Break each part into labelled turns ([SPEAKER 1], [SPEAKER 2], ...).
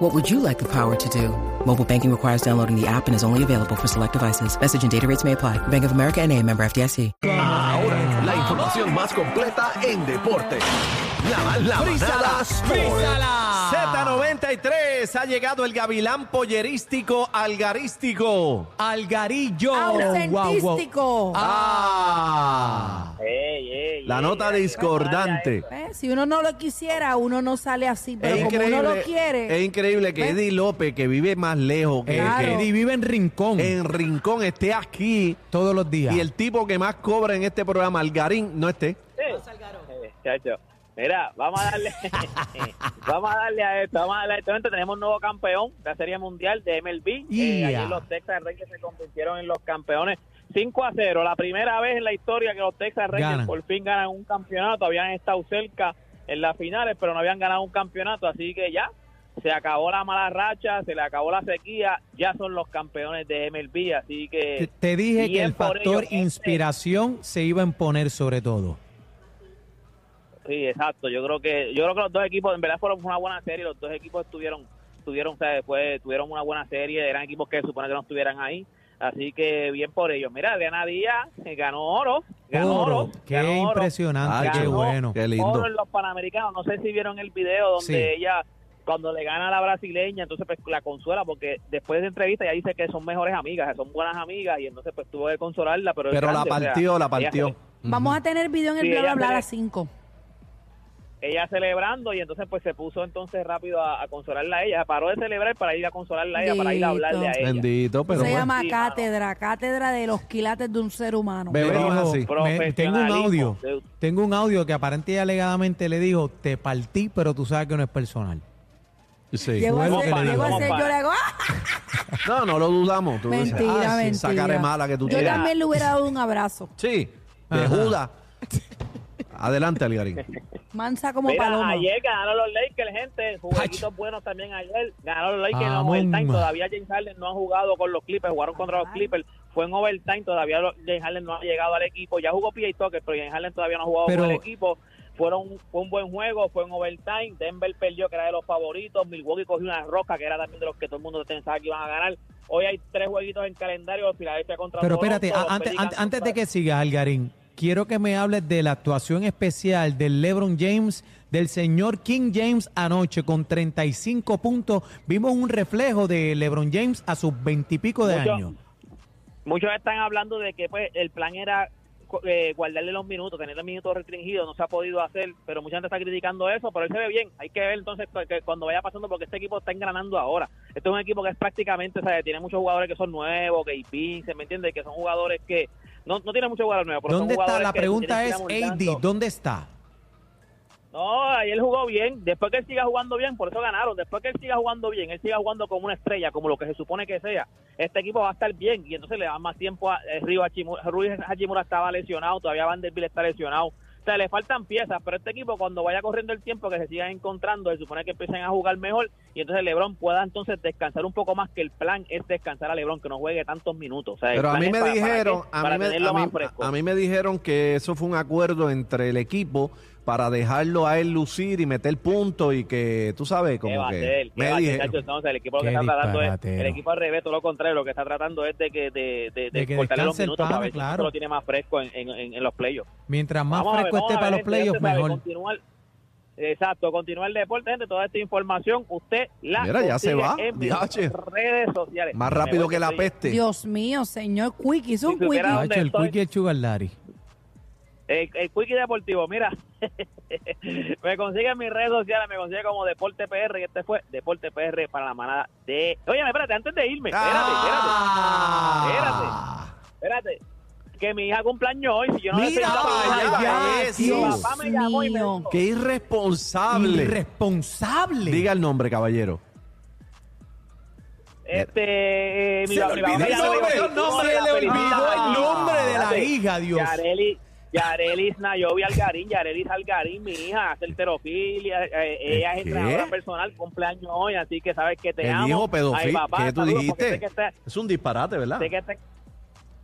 [SPEAKER 1] What would you like the power to do? Mobile banking requires downloading the app and is only available for select devices. Message and data rates may apply. Bank of America and a member FDIC.
[SPEAKER 2] Ahora, la información más completa en deporte. La, la manada Sport.
[SPEAKER 3] Z93 ha llegado el gavilán pollerístico algarístico. Algarillo.
[SPEAKER 4] Ausentístico.
[SPEAKER 3] Ah. La nota discordante.
[SPEAKER 4] ¿Ves? Si uno no lo quisiera, uno no sale así. Pero
[SPEAKER 3] Es
[SPEAKER 4] como
[SPEAKER 3] increíble,
[SPEAKER 4] uno lo quiere,
[SPEAKER 3] es increíble que
[SPEAKER 4] ¿Ves?
[SPEAKER 3] Eddie López, que vive más lejos, que,
[SPEAKER 4] Claro.
[SPEAKER 3] que
[SPEAKER 5] Eddie Eh, vive en Rincón
[SPEAKER 3] Eddie en Rincón esté aquí
[SPEAKER 5] todos los días.
[SPEAKER 3] y el tipo que más cobra en este programa, Algarín, no esté.
[SPEAKER 6] Eh, Chacho. Mira, vamos a darle, vamos a darle a esto, vamos a darle a esto. Entonces, tenemos un nuevo campeón de la Serie Mundial de MLB. Eh,
[SPEAKER 5] Yeah.
[SPEAKER 6] ayer los Texas Rangers se convirtieron en los campeones 5 a 0. La primera vez en la historia que los Texas Rangers
[SPEAKER 5] Ganan.
[SPEAKER 6] por fin ganan un campeonato. Habían estado cerca en las finales, pero no habían ganado un campeonato. Así que ya se acabó la mala racha, se le acabó la sequía. Ya son los campeones de MLB. Así
[SPEAKER 5] Te,
[SPEAKER 6] que
[SPEAKER 5] te dije que
[SPEAKER 6] bien
[SPEAKER 5] el
[SPEAKER 6] por
[SPEAKER 5] factor
[SPEAKER 6] ellos, gente.
[SPEAKER 5] inspiración se iba a imponer sobre todo.
[SPEAKER 6] Sí, exacto. Yo creo que yo creo que los dos equipos en verdad fueron una buena serie. Los dos equipos estuvieron tuvieron, o sea, después tuvieron una buena serie. Eran equipos que se supone que no estuvieran ahí. Así que bien por ellos. Mira, Diana Díaz eh, ganó oro, ganó oro,
[SPEAKER 5] Oro, qué
[SPEAKER 6] ganó oro.
[SPEAKER 5] impresionante,
[SPEAKER 3] Ay,
[SPEAKER 5] qué
[SPEAKER 3] ganó.
[SPEAKER 5] bueno.
[SPEAKER 3] Qué lindo.
[SPEAKER 6] Oro en los Panamericanos. No sé si vieron el video donde
[SPEAKER 5] Sí.
[SPEAKER 6] ella cuando le gana a la brasileña, entonces pues la consuela porque después de entrevista ella dice que son mejores amigas, que son buenas amigas y entonces pues tuvo que consolarla, pero es
[SPEAKER 3] Pero la
[SPEAKER 6] grande, o sea,
[SPEAKER 3] partió, la
[SPEAKER 6] ella se
[SPEAKER 3] partió.
[SPEAKER 6] le-
[SPEAKER 4] vamos a tener video en el
[SPEAKER 6] Sí,
[SPEAKER 4] bla
[SPEAKER 6] ella
[SPEAKER 4] bla bla a
[SPEAKER 6] se-
[SPEAKER 4] las 5.
[SPEAKER 6] ella celebrando y entonces pues se puso entonces rápido a, a consolarla a ella, paró de celebrar para ir a consolarla a ella, para ir a hablarle a ella.
[SPEAKER 3] Bendito, pero
[SPEAKER 4] Se
[SPEAKER 3] bueno.
[SPEAKER 4] llama
[SPEAKER 6] Sí, mano.
[SPEAKER 4] cátedra, cátedra de los quilates de un ser humano.
[SPEAKER 3] Bebé,
[SPEAKER 5] Le
[SPEAKER 3] no es
[SPEAKER 5] dijo,
[SPEAKER 3] así.
[SPEAKER 5] me- tengo un audio,
[SPEAKER 6] Profesionalismo.
[SPEAKER 5] tengo un audio que aparente y alegadamente le dijo, te partí, pero tú sabes que no es personal.
[SPEAKER 3] Sí.
[SPEAKER 4] Llego a
[SPEAKER 5] bueno que
[SPEAKER 4] ser,
[SPEAKER 5] le
[SPEAKER 4] llego a
[SPEAKER 6] digo.
[SPEAKER 4] ser, yo le hago, ¡ah!
[SPEAKER 3] No, no lo dudamos. Tú dices,
[SPEAKER 4] Mentira,
[SPEAKER 3] ah, sí,
[SPEAKER 4] mentira.
[SPEAKER 3] Sacaré mala que tú
[SPEAKER 4] Yo
[SPEAKER 3] quieras.
[SPEAKER 4] también le hubiera dado un abrazo.
[SPEAKER 3] Sí, de
[SPEAKER 5] Ajá.
[SPEAKER 3] Judas. Adelante, Algarín.
[SPEAKER 4] Mansa como
[SPEAKER 6] Mira,
[SPEAKER 4] paloma.
[SPEAKER 6] ayer ganaron los Lakers, gente, jueguitos buenos también ayer, ganaron los Lakers
[SPEAKER 5] Vamos,
[SPEAKER 6] en overtime,
[SPEAKER 5] ma.
[SPEAKER 6] todavía James Harden no ha jugado con los Clippers, jugaron contra
[SPEAKER 5] Ah.
[SPEAKER 6] los Clippers, fue en overtime, todavía los- James Harden no ha llegado al equipo, ya jugó PJ Tucker, pero James Harden todavía no ha jugado
[SPEAKER 5] Pero-
[SPEAKER 6] con el equipo, fueron fue un buen juego, fue en overtime, Denver perdió que era de los favoritos, Milwaukee cogió una roca que era también de los que todo el mundo pensaba que iban a ganar, hoy hay tres jueguitos en calendario, Filadelfia contra
[SPEAKER 5] Pero
[SPEAKER 6] Toronto,
[SPEAKER 5] espérate, a-
[SPEAKER 6] los
[SPEAKER 5] antes,
[SPEAKER 6] Pelicans
[SPEAKER 5] antes- antes de
[SPEAKER 6] contra-
[SPEAKER 5] que sigas, Algarín, quiero que me hables de la actuación especial del LeBron James, del señor King James anoche con 35 puntos. Vimos un reflejo de LeBron James a sus 20 y pico de
[SPEAKER 6] Mucho.
[SPEAKER 5] años.
[SPEAKER 6] Muchos están hablando de que pues el plan era cu- eh, guardarle los minutos, tener los minutos restringidos, no se ha podido hacer, pero mucha gente está criticando eso, pero él se ve bien, hay que ver entonces cu- que cuando vaya pasando, porque este equipo está engranando ahora. Este es un equipo que es prácticamente, ¿sabes? tiene muchos jugadores que son nuevos, que se ¿me entiendes? Que son jugadores que... No, no tiene muchos jugadores nuevos, pero son
[SPEAKER 5] ¿Dónde está?
[SPEAKER 6] jugadores
[SPEAKER 5] La
[SPEAKER 6] que
[SPEAKER 5] pregunta es,
[SPEAKER 6] tienen que ir
[SPEAKER 5] AD,
[SPEAKER 6] amoldándose.
[SPEAKER 5] ¿dónde está?
[SPEAKER 6] No, ahí él jugó bien. Después que él siga jugando bien, por eso ganaron. Después que él siga jugando bien, él siga jugando como una estrella, como lo que se supone que sea, este equipo va a estar bien. Y entonces le dan más tiempo a eh, Río Hachimura. Ruiz Hachimura estaba lesionado, todavía Vanderbilt está lesionado. O sea, le faltan piezas, pero este equipo cuando vaya corriendo el tiempo que se sigan encontrando, se supone que empiecen a jugar mejor y entonces LeBron pueda entonces descansar un poco más, que el plan es descansar a LeBron, que no juegue tantos minutos. O sea, el
[SPEAKER 3] Pero a
[SPEAKER 6] plan
[SPEAKER 3] mí
[SPEAKER 6] es
[SPEAKER 3] me
[SPEAKER 6] para- para
[SPEAKER 3] dijeron,
[SPEAKER 6] que-
[SPEAKER 3] a
[SPEAKER 6] para
[SPEAKER 3] mí me,
[SPEAKER 6] tenerlo
[SPEAKER 3] a mí-
[SPEAKER 6] más fresco.
[SPEAKER 3] a mí me dijeron que eso fue un acuerdo entre el equipo para dejarlo a él lucir y meter punto y que tú sabes
[SPEAKER 6] ¿Qué va
[SPEAKER 3] como
[SPEAKER 6] a
[SPEAKER 3] que
[SPEAKER 6] hacer? ¿Qué
[SPEAKER 3] me
[SPEAKER 6] va a hacer,
[SPEAKER 3] dijeron.
[SPEAKER 6] chacho? Entonces, el equipo lo que
[SPEAKER 5] Qué
[SPEAKER 6] está tratando es,
[SPEAKER 5] disparatero.
[SPEAKER 6] el equipo al revés, todo lo contrario, lo que está tratando es de que de, de, de
[SPEAKER 5] De que
[SPEAKER 6] cortarle los
[SPEAKER 5] descanse el
[SPEAKER 6] minutos
[SPEAKER 5] pana,
[SPEAKER 6] para ver si
[SPEAKER 5] claro.
[SPEAKER 6] esto lo tiene más fresco en, en- en- en los playoffs.
[SPEAKER 5] Mientras más
[SPEAKER 6] Vamos a ver,
[SPEAKER 5] fresco
[SPEAKER 6] vamos
[SPEAKER 5] esté
[SPEAKER 6] a
[SPEAKER 5] para
[SPEAKER 6] ver, este
[SPEAKER 5] los
[SPEAKER 6] gente,
[SPEAKER 5] playoffs,
[SPEAKER 6] ya usted sabe,
[SPEAKER 5] mejor.
[SPEAKER 6] continuar- exacto, continuar el deporte, gente, toda esta información, usted la
[SPEAKER 3] Mira, ya se
[SPEAKER 6] consigue
[SPEAKER 3] va,
[SPEAKER 6] en mis
[SPEAKER 3] diache.
[SPEAKER 6] redes sociales.
[SPEAKER 3] Más
[SPEAKER 6] Me
[SPEAKER 3] rápido
[SPEAKER 6] voy,
[SPEAKER 3] que la
[SPEAKER 6] estoy-
[SPEAKER 3] peste.
[SPEAKER 4] Dios mío, señor Quickie, es
[SPEAKER 6] Si
[SPEAKER 4] un Quickie.
[SPEAKER 6] supiera-
[SPEAKER 5] Ha hecho el
[SPEAKER 6] estoy?
[SPEAKER 5] Quick y el Sugar Daddy.
[SPEAKER 6] El, el Quickie Deportivo, mira, me consigue en mis redes sociales, me consigue como Deporte PR y este fue Deporte PR para la manada de... Oye, espérate, antes de irme, espérate, espérate, espérate, espérate, que mi hija cumpleaños hoy, si yo no
[SPEAKER 3] Mira,
[SPEAKER 6] le felicito a mi
[SPEAKER 3] vaya,
[SPEAKER 6] hija,
[SPEAKER 3] ya,
[SPEAKER 6] mi
[SPEAKER 3] Dios
[SPEAKER 6] papá me llamó y me
[SPEAKER 4] mío.
[SPEAKER 6] dijo,
[SPEAKER 3] Qué irresponsable.
[SPEAKER 5] Irresponsable.
[SPEAKER 3] Diga el nombre, caballero.
[SPEAKER 6] Este, eh, mi,
[SPEAKER 7] Se
[SPEAKER 6] ba-
[SPEAKER 7] le
[SPEAKER 6] mi
[SPEAKER 7] olvidó
[SPEAKER 6] mamá
[SPEAKER 7] el
[SPEAKER 6] ya no
[SPEAKER 7] nombre.
[SPEAKER 6] veo el
[SPEAKER 5] Se
[SPEAKER 6] nombre
[SPEAKER 5] le
[SPEAKER 6] de la
[SPEAKER 5] olvidó
[SPEAKER 6] película.
[SPEAKER 5] el nombre de la
[SPEAKER 6] Espérate.
[SPEAKER 5] hija, Dios.
[SPEAKER 6] Yareli, Yarelis Nayobi Algarín, Yarelis Algarín, mi hija, hace alterofilia, eh, ella es
[SPEAKER 3] ¿Qué?
[SPEAKER 6] entrenadora personal, cumpleaños hoy, así que sabes que te
[SPEAKER 3] El
[SPEAKER 6] amo.
[SPEAKER 3] hijo
[SPEAKER 6] Ay,
[SPEAKER 3] pedófilo.
[SPEAKER 6] papá,
[SPEAKER 3] ¿Qué tú
[SPEAKER 6] saludos, porque sé
[SPEAKER 3] dijiste?
[SPEAKER 6] que está-
[SPEAKER 3] Es un disparate, ¿verdad?
[SPEAKER 6] sé que está-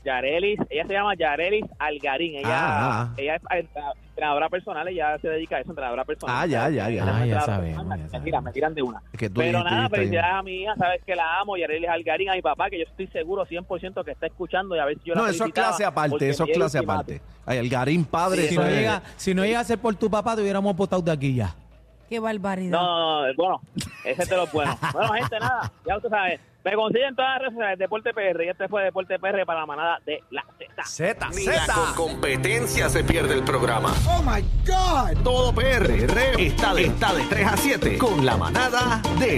[SPEAKER 6] Yarelis, ella se llama Yarelis Algarín, ella,
[SPEAKER 3] Ah, ah.
[SPEAKER 6] ella es entra- entrenadora personal, ella se dedica a eso, entrenadora personal.
[SPEAKER 3] Ah, ya, ya, ya.
[SPEAKER 6] Ella es
[SPEAKER 5] Ah, ya
[SPEAKER 6] entrenadora
[SPEAKER 5] sabemos,
[SPEAKER 6] personal,
[SPEAKER 5] ya
[SPEAKER 6] me
[SPEAKER 5] sabemos.
[SPEAKER 6] tiran, me tiran de una.
[SPEAKER 3] Que tú
[SPEAKER 6] Pero
[SPEAKER 3] dijiste,
[SPEAKER 6] nada,
[SPEAKER 3] dijiste ahí.
[SPEAKER 6] felicidades a mi hija, sabes que la amo, Yarelis Algarín, a mi papá, que yo estoy seguro 100% que está escuchando y a ver si yo la
[SPEAKER 3] No, eso es
[SPEAKER 6] felicitaba,
[SPEAKER 3] clase
[SPEAKER 6] porque
[SPEAKER 3] aparte, eso
[SPEAKER 6] me
[SPEAKER 3] es
[SPEAKER 6] llega
[SPEAKER 3] clase
[SPEAKER 6] y me mata.
[SPEAKER 3] aparte. Ay, el garín padre,
[SPEAKER 5] Si
[SPEAKER 3] eso
[SPEAKER 5] no,
[SPEAKER 3] es-
[SPEAKER 5] llega, si no llega a ser por tu papá, te hubiéramos botado de aquí ya.
[SPEAKER 4] Qué barbaridad.
[SPEAKER 6] No, no, no, bueno, ese te lo bueno. Bueno, gente, nada, ya usted sabe. Me consiguen todas las redes sociales, Deporte PR, y este fue Deporte PR para la manada de la Z.
[SPEAKER 2] Z, Ni la con competencia se pierde el programa. Oh my God. Todo PR está de, está de 3 a 7 con la manada de